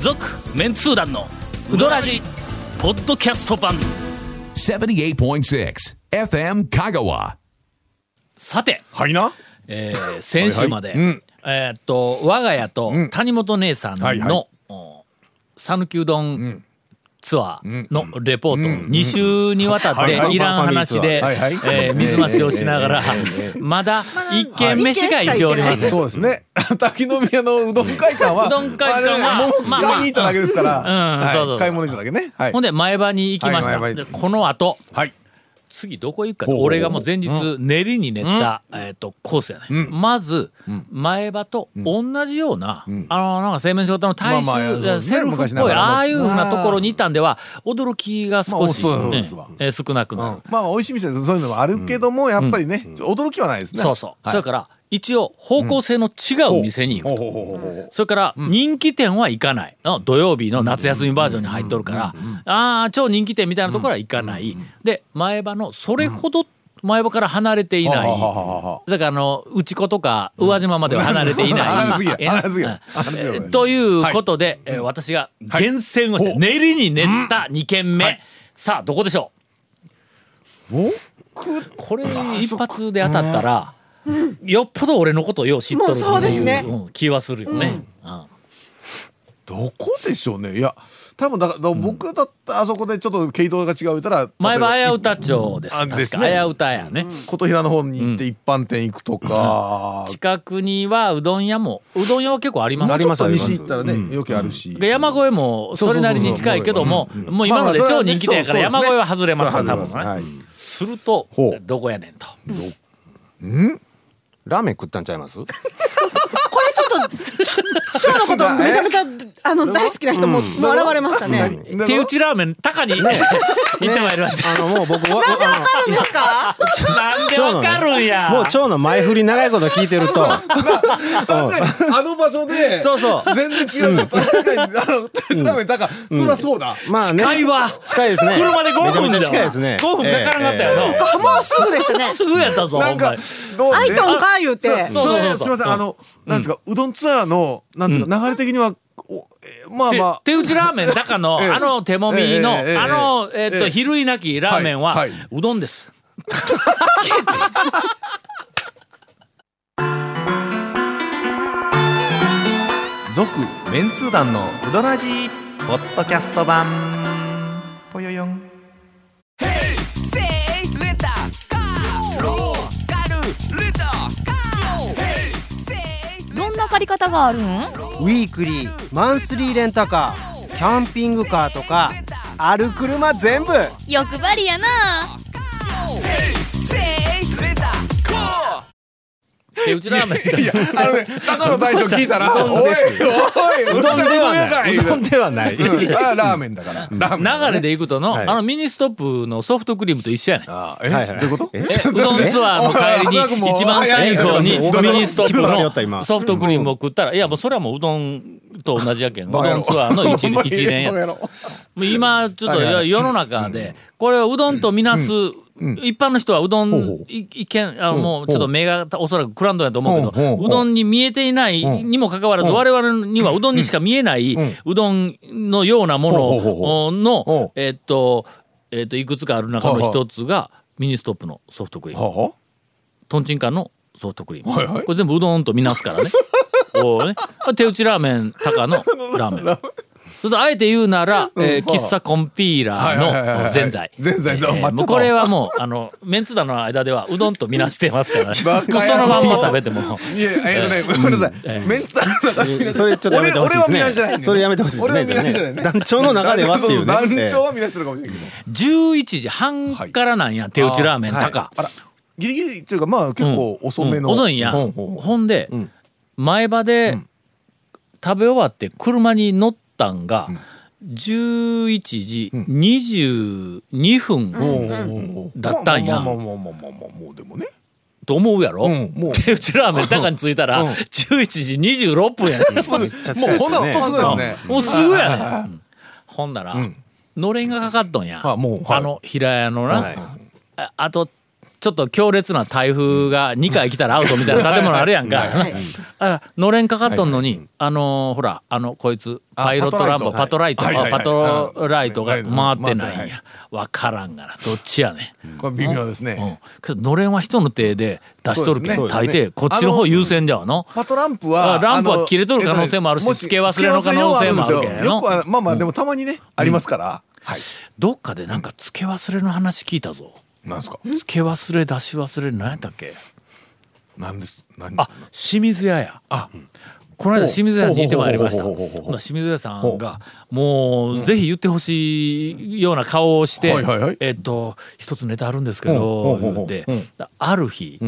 続メンツー団のウドラジポッドキャスト版78.6 FM Kagawa. さて、はいな。えー先週まで、えーっと我が家と谷本姉さんはいはのお讃岐、うどんツアーのレポートを2週にわたっはていはいいらん話ではいはいえー水増しをしながらまだ1軒目しか行っておりません。そうですね。滝の宮のうどん会館は、うどん会館はあれねまあもう買いに行っただけですから、うんうんはいそうそうそう買い物行っただけね。はいほん。で前場に行きました。はい前場でにこの後はい。次どこ行くかほうほうほう俺がもう前日練りに練った、えー、とコースやね、まず前歯と同じような、あのなんか製麺所型の大まあまあ衆じゃあそうですセねルフっ昔なぽがいらのああいうふうなところにいたんでは驚きが少し、まあそうねですわえー少なくうなる、んまあ、美味しい店でそういうのもあるけども、やっぱりね、驚きはないですね。そうそう、それから一応方向性の違う店に行くとほうほうほうほうほう。それから人気店は行かない、あ土曜日の夏休みバージョンに入っとるから、ああ超人気店みたいなところは行かない、で前歯のそれほど前歯から離れていない、はははははだからあの内子とか宇和島までは離れていない、 離れすぎやえ離れすぎやうん離れすぎやえということで、えー私が厳選をして練りに練った2軒目、さあどこでしょうこれ一発で当たったらよっぽど俺のことをよう知っとるってもうそうでいすうねうん気はするよね。うんどこでしょうね。いや、多分だから、僕だったあそこでちょっと系統が違う言うたら、前はあ例えやばうた町です。あ確か、ですねあやうたやね。琴平の方に行って一般店行くとか、近くにはうどん屋も、うどん屋は結構あります。まあちょっとあります西行ったらね、余計あるし。で山越えもそれなりに近いけども、もう今のでまあまあ超人気店やからそれはね山越えは外れますそよ、うそ多うそう分はねい。するとほう、どこやねんと。ラーメン食ったんちゃいますこれちょっと、ショーのことめちゃめちゃ、あの、大好きな人も、もう現れましたね。だか手ら打ちラーメン、高に 行ってまいりました。あのもう僕 はあるんですかなんでわかるんあやの。もう蝶の前振り長いこと聞いてると確かにあの場所でそうそう全然違うけど確かにあの手打ちラーメンだからそりゃそうだまあね近いわ。近いですね車で5分めちゃめじちゃゃ近いですね5分かからんかったよな。もうすぐでしたね。すぐやったぞ、なんかおどうアイねトンか言うて。そうそれそうそうすみませんあのなんですかうどんツアーのなんですか流れ的にはおえーまあ前まあ手手打ちラーメン高の、ええあの手もみの、ええええええあの、えっと、ええ比類なきラーメンは、はいはいうどんです。続メンツー団のウドラジーポッドキャスト版ぽよよんどんな借り方があるんウィークリーマンスリーレンタカーキャンピングカーとかある車全部欲張りやな手打ちラーメン。いやあのね高野大将聞いたら「おいおいうどんじゃうどんやかい」うどんではないうんあラーメンだからラーメン流れでいくとの、はいあのミニストップのソフトクリームと一緒やねん。あえどはういはいいうことえうどんツアーの帰りに一番最後にミニストップのソフトクリームを食ったらいやもうそれはもううどんと同じやけんうどバカ野郎んツアーの 一一連やバカ野郎もう今ちょっとはいはいよ世の中でこれをうどんとみなす一般の人はうどんほうほうい一見あのもうちょっと目がおそらくクランドンやと思うけほどうほうほううどんに見えていないにもかかわらず我々にはうどんにしか見えないうどんのようなもほうほうほのほのうえっとえっといくつかある中の一つがミニストップのソフトクリーム。はとんちんかんのソフトクリーム、はいはいこれ全部うどんとみなす からねおーね手打ちラーメン高のラーメンそれとあえて言うなら、えー喫茶コンピーラはいはいはいーはのいぜんざいぜんざいと抹茶ともうこれはもうあのメンツダの間ではうどんとみなしてますからねバカ野郎そのまんま食べて もあいやえっとねごめんなさええいメンツだからそれちょっとやめてほしいです俺俺は見ね出してないんだよそれやめてほしいですね俺は見出してないね団長の中ではっていうね団長は見出してるかもしれないけど11時半からなんや、手打ちラーメン高、あらギリギリというかまあ結構遅めの、うん遅いんや、ほうほうほんで、前場で食べ終わって車に乗ったんが、11時22分だったんやまあまあまあまあまあまあもうでもねと思うやろ、うんもう手打ちラーメン高に着いたら11時26分やし もうゃ近いですよねほんとすぐですねもうすぐやねん ほんなら、のれんがかかっとんやあもうはいあの平屋のな、はいああとちょっと強烈な台風が2回来たらアウトみたいな建物あるやん か。あのれんかかっとんのに、あのーほら、あの、こいつ、あパイロットランボ、パパトトラライイト、トあはいはいはパいトライトがは回いはいってないはんいや。わからんがな、どっちやねん。これ微妙ですうんね。、けどのれんは人の手で出しとるけん、そうです大ね抵こっちの方優先ではの。パトランプはあランプはあの切れとる可能性もあるしえっとね付け忘れの可能性もあるけど付け忘れはあるんですよよくはまあまあでもたまにねありますからはいどっかでなんか付け忘れの話聞いたぞ。なんですか付け忘れ出し忘れなんやったっけなんです何あ清水屋やあこの間清水屋に行ってまいりましたほうほうほうほうほうほうほうほな清水屋さんがもうぜひ言ってほしいような顔をしてはいはいはいえっと一つネタあるんですけほうどほうほ言うってうんある日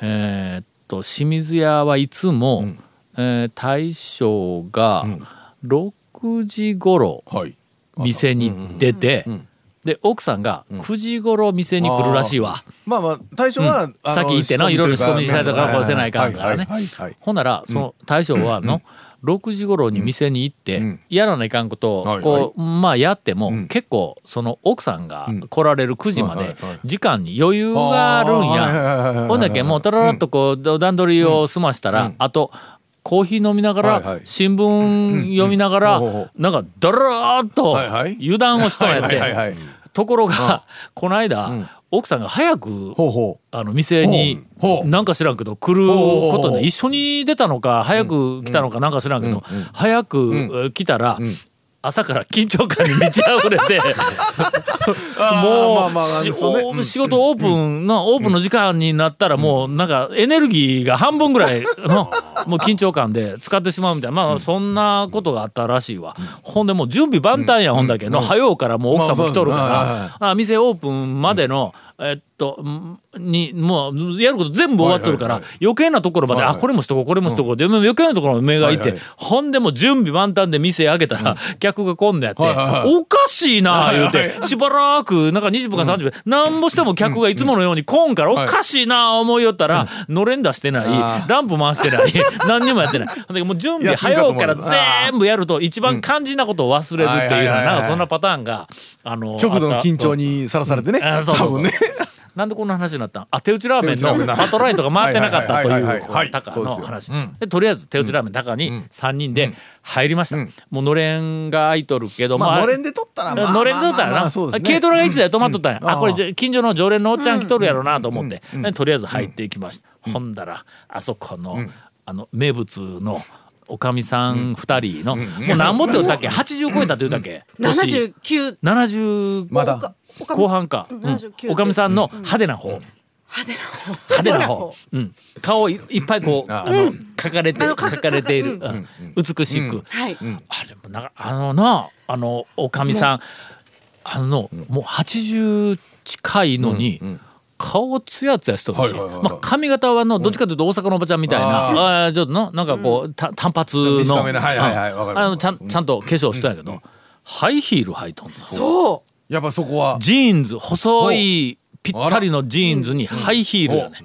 えーっと清水屋はいつもえー大将が6時頃はい店に出てで奥さんが9時頃店に来るらしいわ。まあまあ大将はあの先行ってのいろいろ仕込みしたいとかこうせないかんからねはいはいはいはいほんならその大将はの6時頃に店に行ってんやらないかんことはいはをいこうまあやってもん結構その奥さんが来られる9時まはでいはいはい時間に余裕があるんあーはいはいはいはいはやいほんだけもうとろろっとこう段取りを済ましたらあとコーヒー飲みながはいはらい新聞読みながうんうんほうほらうなんかドローっとはいはい油断をしとんやっはいはいはいてはいところがこの間奥さんが早くほうほうあの店にほうほうなんか知らんけど来ることほうほうで一緒に出たのか早く来たのかなんか知らんけど早くえー来たら朝から緊張感に満ち溢れ てあーまあもまあまあうしそうねおうん仕事オープンのオープンの時間になったらもうなんかエネルギーが半分ぐらいの もう緊張感で使ってしまうみたいなまあそんなことがあったらしいわほんでもう準備万端やほんだけの早うからもう奥さんも来とるから。まあそうですねはいはいはいあ店オープンまでの、えっとんにもうやること全部終わっとるから、はいはい余計なところまで、はいはいあこれもしとこうこれもしとこうで、余計なところまで目がいて、はいはいほんでもう準備万端で店開けたら、客が混んでやって、はいはいおかしいな言うて、はいはいしばらくなんか20分か30分、なんぼしても客がいつものように来んから、いおかしいな思いよったら、のれん出してないランプ回してない 何にもやってないほんでもう準備休みかと早思ううからあ全部やると一番肝心なことを忘れるっていうようないははいはいはいなんかそんなパターンがあの極度の緊張ににさらされてねあそうそうそ多う分ねなんでこんな話になったんあ手打ちラーメ手打ちラーメンンのなパトライトが回ってなかったとはいいはういはいはいこはのいタカそうですのよ話でとりあえず手打ちラーメンの中に3人で入りましたもうのれんが空いとるけどまあまあのれんで取ったらまあのれんだったらまあまあまなあそうですね軽トラが1台止まっとったんや、うんあこれあーじゃ近所の常連のおっちゃん来とるやろなと思って、でとりあえず入っていきました、ほんだらあそこの,、あの名物のおかみさん2人の、もう何ぼって言ったっけ80超えたって言ったっけ、七十九70まだ後半か、うんうん79っておかみさんの派手な方、派手な方派手な方、うん、顔をいいっぱいこう、あの描かれてあの描かかれている、うん美しく、はい、あれもなんかあのなあのおかみさんあのもう80近いのに、顔をツヤツヤしてるし、はいはいはいはいまあ、髪型はあのどっちかというと大阪のおばちゃんみたいな、あーちょっとのなんかこう、た単発の短めなはいはいはいわかるあのちゃんちゃんと化粧したんやけど、ハイヒール履いとんぞそやっぱそこはジーンズ細いぴったりのジーンズにハイヒールやね、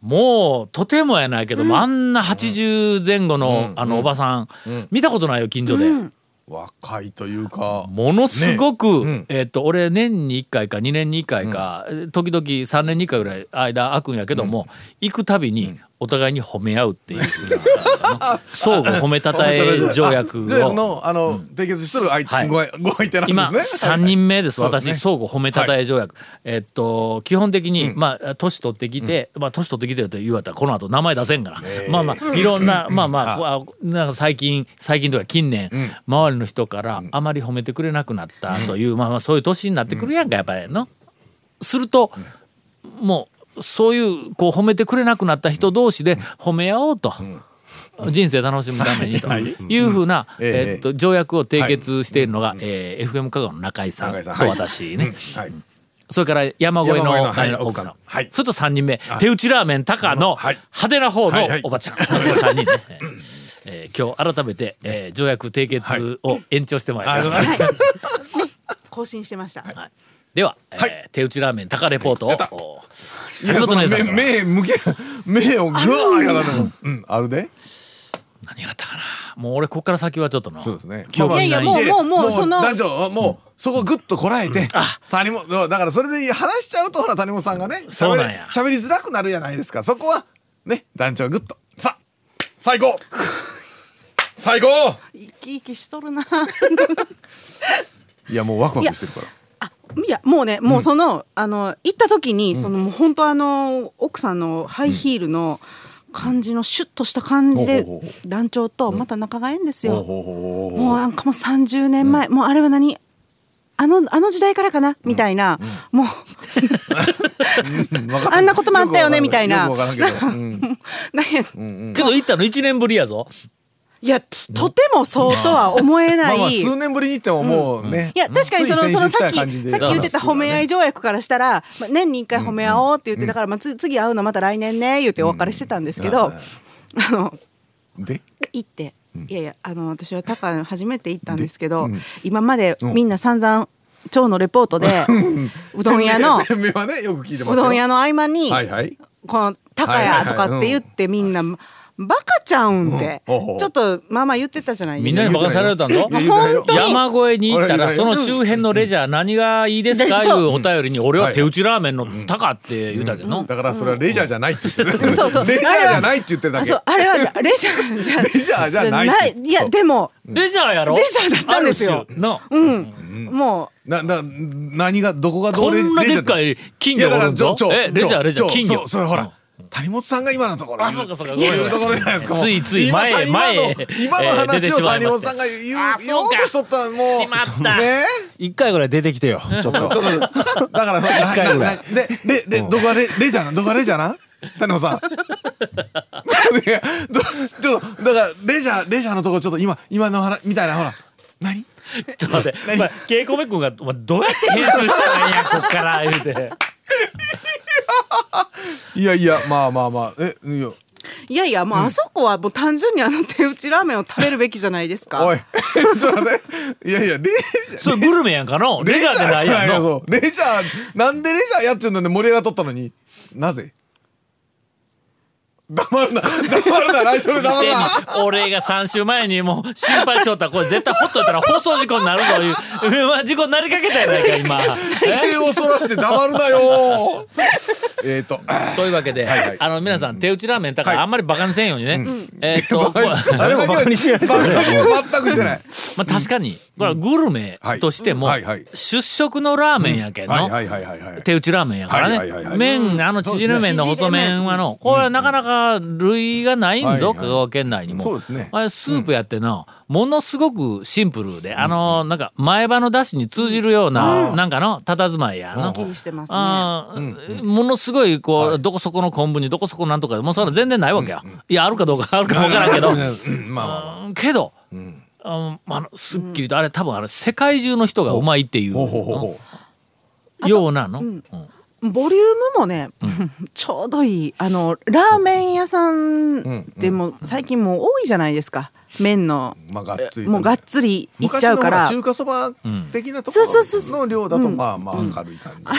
もうとてもやないけど、あんな80前後の、あのおばさん、見たことないよ近所で。若いというかものすごく、んえっと俺年に1回か2年に1回か、時々3年に1回ぐらい間空くんやけども、行くたびにお互いに褒め合うっていう、 相互褒めたたえ条約条約を。のあの締結しとる相はい手ご相ご相手なんですね今は3い人目です、そうで私すね相互褒めたたえ条約、えっと基本的に、まあ年取ってきて、まあ年取ってきてると言われたらこの後名前出せんから、まあまあいろんな、まあまあ,こう、あなんか最近最近というか近年、周りの人からあまり褒めてくれなくなったという、まあまあそういう年になってくるやんかやっぱりの。すると、もうそういうこう褒めてくれなくなった人同士で褒め合おうと。人生楽しむためにというふうな、えええっと条約を締結しているのが、えー FM 香川の中井さん中井とさんはい私ね、はいそれから山越えの山越えのはいえー奥奥さんさん、はいそれと3人目手打ちラーメン高のはい派手な方はのいはいおばちゃん、3人ね、えー今日改めて、えー条約締結を延長してまいりました。う更新してました、では、えーはい手打ちラーメン高レポートを、やったおいや橋そ本の姉さんか目ら目向け目をグワーやらなのうんあるで何があったかなもう俺こっから先はちょっとなそうですね興味いやないやいもうでもうもうその男女もうそこグッとこらえて、谷本だからそれで話しちゃうとほら谷本さんがね喋そうりなんや喋りづらくなるじゃないですかそこはね団長グッとさあ最高最高生き生きしとるないやもうワクワクしてるからあいやもうねもうその、あの行った時に、そのもう本当あの奥さんのハイヒールの感じのシュッとした感じで、ほうほうほ団長とまた仲がいいんですほうよ、ほうほうほうもうなんかもう30年前、もうあれは何あのあの時代からかなみたいな、もう わかあんなこともあったよねみたいなよくわからんけど、うんなんやけど行ったの1年ぶりやぞいやととてもそうとは思えまなあまあい。数年ぶりに行ってももうね、いや確かにそのつい先その週来さったきさっ感きじで言ってた褒め合い条約からしたら、まあ、年に1回褒め合おうって言ってたから、まあ、つ次会うのまた来年ね言ってお別れしてたんですけど、あので行って、いやいやあの私は高野初めて行ったんですけど、今までみんな散々腸のレポートで、うどん屋 の店名はねよく聞いてますようどん屋の合間に、はいはいこの「高屋」とかって言ってみんなバカちゃうんって、うんほうほうちょっとまあまあ言ってたじゃないでみんすかなに任されたんぞいや言うてないよ本当に山越えに行ったら俺その周辺のレジャー何がいいですかうんいそううお便りに俺は手打ちラーメンの高って言うたけどなだからそれはレジャーじゃないって言ってる、そうそうレジャーじゃないって言ってるだあけそうあれはレジャーじゃレジャ ーじゃないいやでもレジャーやろレジャーだったんですよある種なもなな何がどこがどこうレんなでっかレジャーい金いや魚がおるだからんちょぞちょえレジャーレジャーちょ金そ 魚うそれほら、谷本さんが今のところあそうかそうかごめん言うところじゃないですかもうついつい今前へ今の前へ今のえー出て話をしまい谷ま本したさんが言あう言そおうかうとしとったらもうしまったね一回ぐらい出てきてよちょっとちょっとだからな回ぐらないでででどこがレレジャーなんどこがレジャーなん谷本さん いやどちょっとだからレジャーレジャーのとこちょっと今今の話みたいなほら何ちょっと待って、お前、ケイコメ君が、お前、どうやって編集したらいいんや、こっから、言うて。いやいやまあまあまあえいやういやいやもうあそこはもう単純にあの手打ちラーメンを食べるべきじゃないですかおい ちょっと待っていやいやレジ ャーそれグルメやんかの、レジャーじゃないやんの。そうレジャーなんでレジャーやっちゅうので盛り上がっとったのになぜ黙るな黙るな来週で黙るでなも俺が3週前にもう心配しとったこれ絶対ほっといたら放送事故になるぞいう まあ事故になりかけたやないか 今。姿勢をそらして黙るなよえっとあというわけで、はいはいあの皆さん手打ちラーメンだからあんまりバカにせんようにね、えーっーとバカにし誰もバカにしないバカには全くしてない まあ確かにこれはグルメとしてもはいはいはい出食のラーメンやけんはのいはいはいはいはい手打ちラーメンやからね、はいはいはいはい麺あの縮れ麺の細麺はのこれはなかなか類がないんぞ、はいはい香川県内にもそうですねあれスープやっての、ものすごくシンプルで、あのなんか前歯の出汁に通じるような、なんかの佇まいやの、気にしてますねあーものすごいこう、どこそこの昆布にどこそこなんとかもうそんな全然ないわけや、いやあるかどうかあるかもわからんけど、うんまあまあうんけど、あのあのすっきりとあれ多分あれ世界中の人がうまいっていうほうほうほうほようなの、うんボリュームもね、ちょうどいいあのラーメン屋さんでも最近もう多いじゃないですか麺のうまあがっつりもうがっつりいっちゃうから昔あのほれ中華そば的なとこうんそうそうそうろの量だとまあまあ明るい感じだっ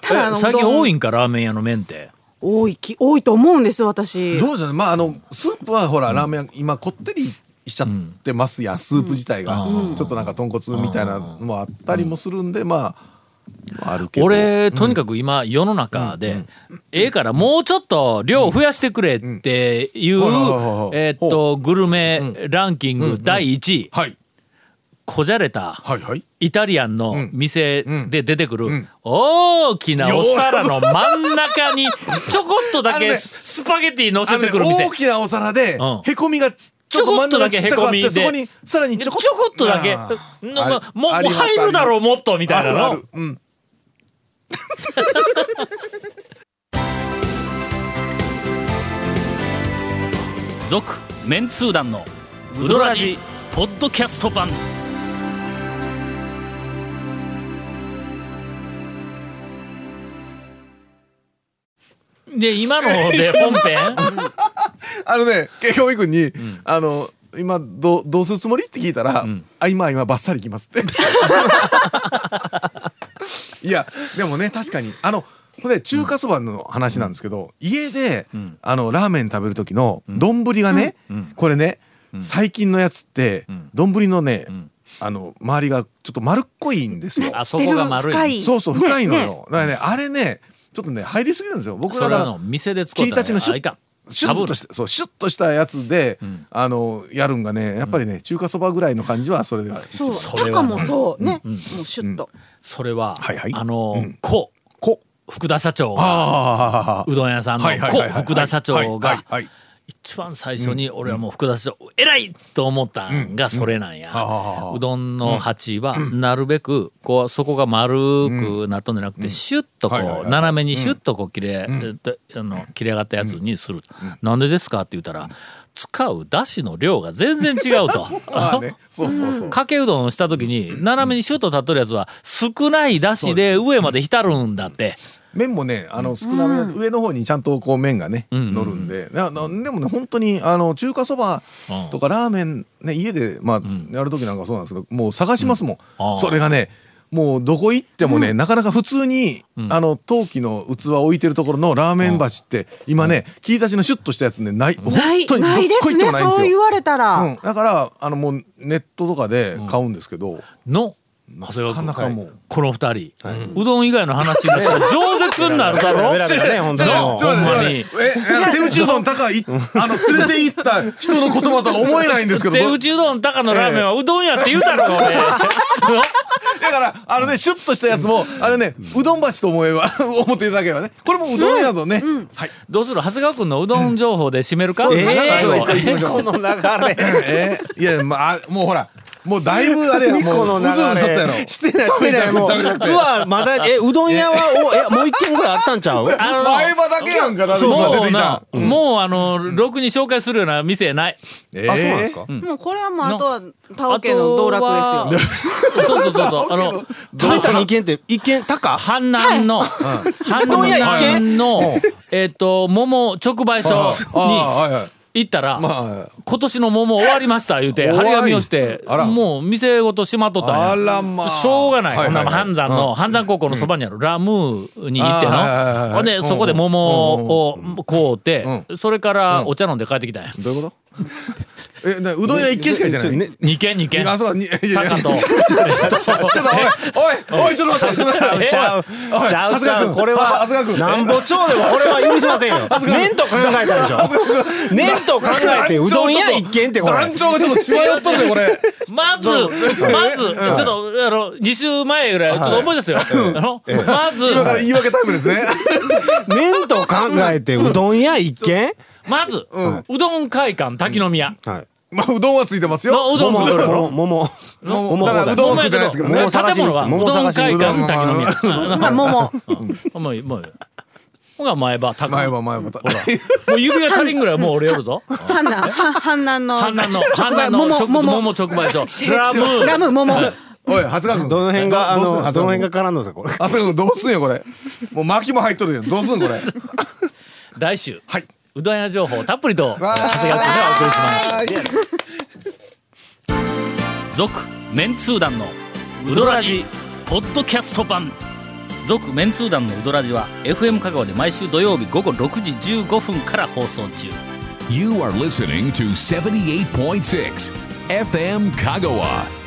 たらあのえ最近多いいんかラーメン屋の麺って多いき多いと思うんです私どうじゃないまああのスープはほらラーメン屋今こってりしちゃってますやんスープ自体がちょっとなんか豚骨みたいなのもあったりもするんでまああるけど俺とにかく今世の中で、ええからもうちょっと量増やしてくれっていう、うんうんえーっとグルメランキング第1位、はいこじゃれたはいはいイタリアンの店で出てくる大きなおよ皿の真ん中に ちょこっとだあのけねススパゲティ乗あせのねてくる店大きなお皿でうんへこみがちょっと真ん中にちっちゃくあっちてそょこっとだけへこみこでにさらにちちょょここっとだけあーなまあもうもあうります入るだろうもっとみたあいなるあのるうん続メンツー団のウドラジポッドキャスト版で今ので本 編あのねけこみ君にあの今どうどうするつもりって聞いたら「あ今今バッサリいきます」っていやでもね確かにあのこれ中華そばの話なんですけど、家で、あのラーメン食べる時の丼がね、これね最近のやつってん丼のねんあの周りがちょっと丸っこいんですよあそこが丸い深いそうそうね深いのよねだからねあれねちょっとね入りすぎるんですよ僕そられかはあらの店で作っ切りたの立ちのシュッあいかんシュッとしたそうシュッとしたやつで、あのやるんがねやっぱりね、中華そばぐらいの感じはそれでは一そう番それは中もそうね、もうシュッと、それは、はいはいあのー故こ福田社長があうどん屋さんの はいはいはい故はい福田社長はいがはいはい一番最初に俺はもう福田社長偉いと思ったんがそれなんや、あーうどんの鉢はなるべくこうそこが丸くなっとんじゃなくてシュッとこはいはいはうい斜めにシュッとこう切れえっとあの切れ上がったやつにするなんでですかって言ったら使うだしの量が全然違うと。 あ ーねそうそうそう、かけうどんをした時に斜めにシュッと立っとるやつは少ないだしで上まで浸るんだって麺もねあの少なめな、上の方にちゃんとこう麺がね、乗るんでななでもね本当にあの中華そばとかラーメン、ね、家で、まあやる時なんかそうなんですけどもう探しますもん、あーそれがねもうどこ行ってもね、なかなか普通に、あの陶器の器置いてるところのラーメン鉢って今ね切り立ちのシュッとしたやつねない本ない当にどっないでこ行すってねもないんですそう言よ。われたら、うん、だからあのもうネットとかで買うんですけど、のな長谷か川なかも君うこの二人うどん以外の話 が饒舌になるだろベラベラね本当にもうちょっと待ほってちょっと待ってえ、え手打ちうどん高い、あの、連れて行った人の言葉とは思えないんですけど、手打だちうどん高のラーメンはうどんやって言うたろ 俺のから、あのね、シュッとしたやつも、あれね、うどん鉢と思えば、思っていただければね、これもうどんやとね、はい。どうする長谷川君のうどん情報で締めるかんそうですね最後ちょっと一えこの流れえー、いや、まあ、もうほら、もうだいぶあれや、ミもコう、のう流ずうずしちゃったやろれ。してないしてないもう喋りたくてツアーまだえうどん屋はおえもう一軒ぐらいあったんちゃうあの前歯だけやんか、だって今出もてうきたな。もうあのろくに紹介するような店ないえーあそうなんですかもうこれはもうあとは田尾家の道楽ですよ すよそうそうそうそうあの食べた二軒って一軒高阪南の、阪どんや行け南の、えっ、と、桃直売所ああ、はいはい。に行ったら、まあ、今年の桃終わりました言うて、張終わりり紙をしてあら、もう店ごと閉まっとったんやあらまあしょうがない。はいはいはいほんなら半山の、半山高校のそばにあるラムーに行っての。あーはいはいはいほんで、そこで桃を買うて、それからお茶飲んで帰ってきたんや。どういうことえ、なうどん屋一軒しか行ってない。二軒二軒。あ、そうか、にいやいや高と。ちょっとおい、おい、おい、ちょっと待って、ちょっと待って。えちゃうおいちゃうちゃ長谷川う君これあは長谷川な君んぼ町でもこれは許しませんよ麺と考えたでしょ麺と考えてうどん屋一軒ってこれ団長がちょっと血迷っとんね これ。まず、まず、ちょっと、あの、二週前ぐらい、ちょっと思い出すよ。あの、まず、今から言い訳タイムです ね。麺と考えてうどん屋一軒まず、うどん会館滝の宮。はいまあ、うどんはついてますよ。のうどん作る。桃桃もう桃だからうどんは食ってないですけどね桃。探し建物はう桃どん探し会うど館ん滝の宮。まあ桃うんもういいもういい。ほが前歯、高前野。はも前は。う指が足りんぐらいもう俺やるぞ。阪南は阪南の反乱の、直反売乱の、直桃桃桃直売所。ラムラム桃、おい、長谷川君。どの辺があどうのあどの辺がどう絡んだんですかこれすんの長谷川君、どうすんよ、これ。もう巻きも入っとるやん。どうすん、こ れ。来週、はい。うどん屋情報たっぷりと、長わ谷川ー君でお送りします。はい続メンツー団のウドラジポッドキャスト版続メンツー団のウドラジは FM 香川で毎週土曜日午後6時15分から放送中 You are listening to 78.6 FM Kagawa.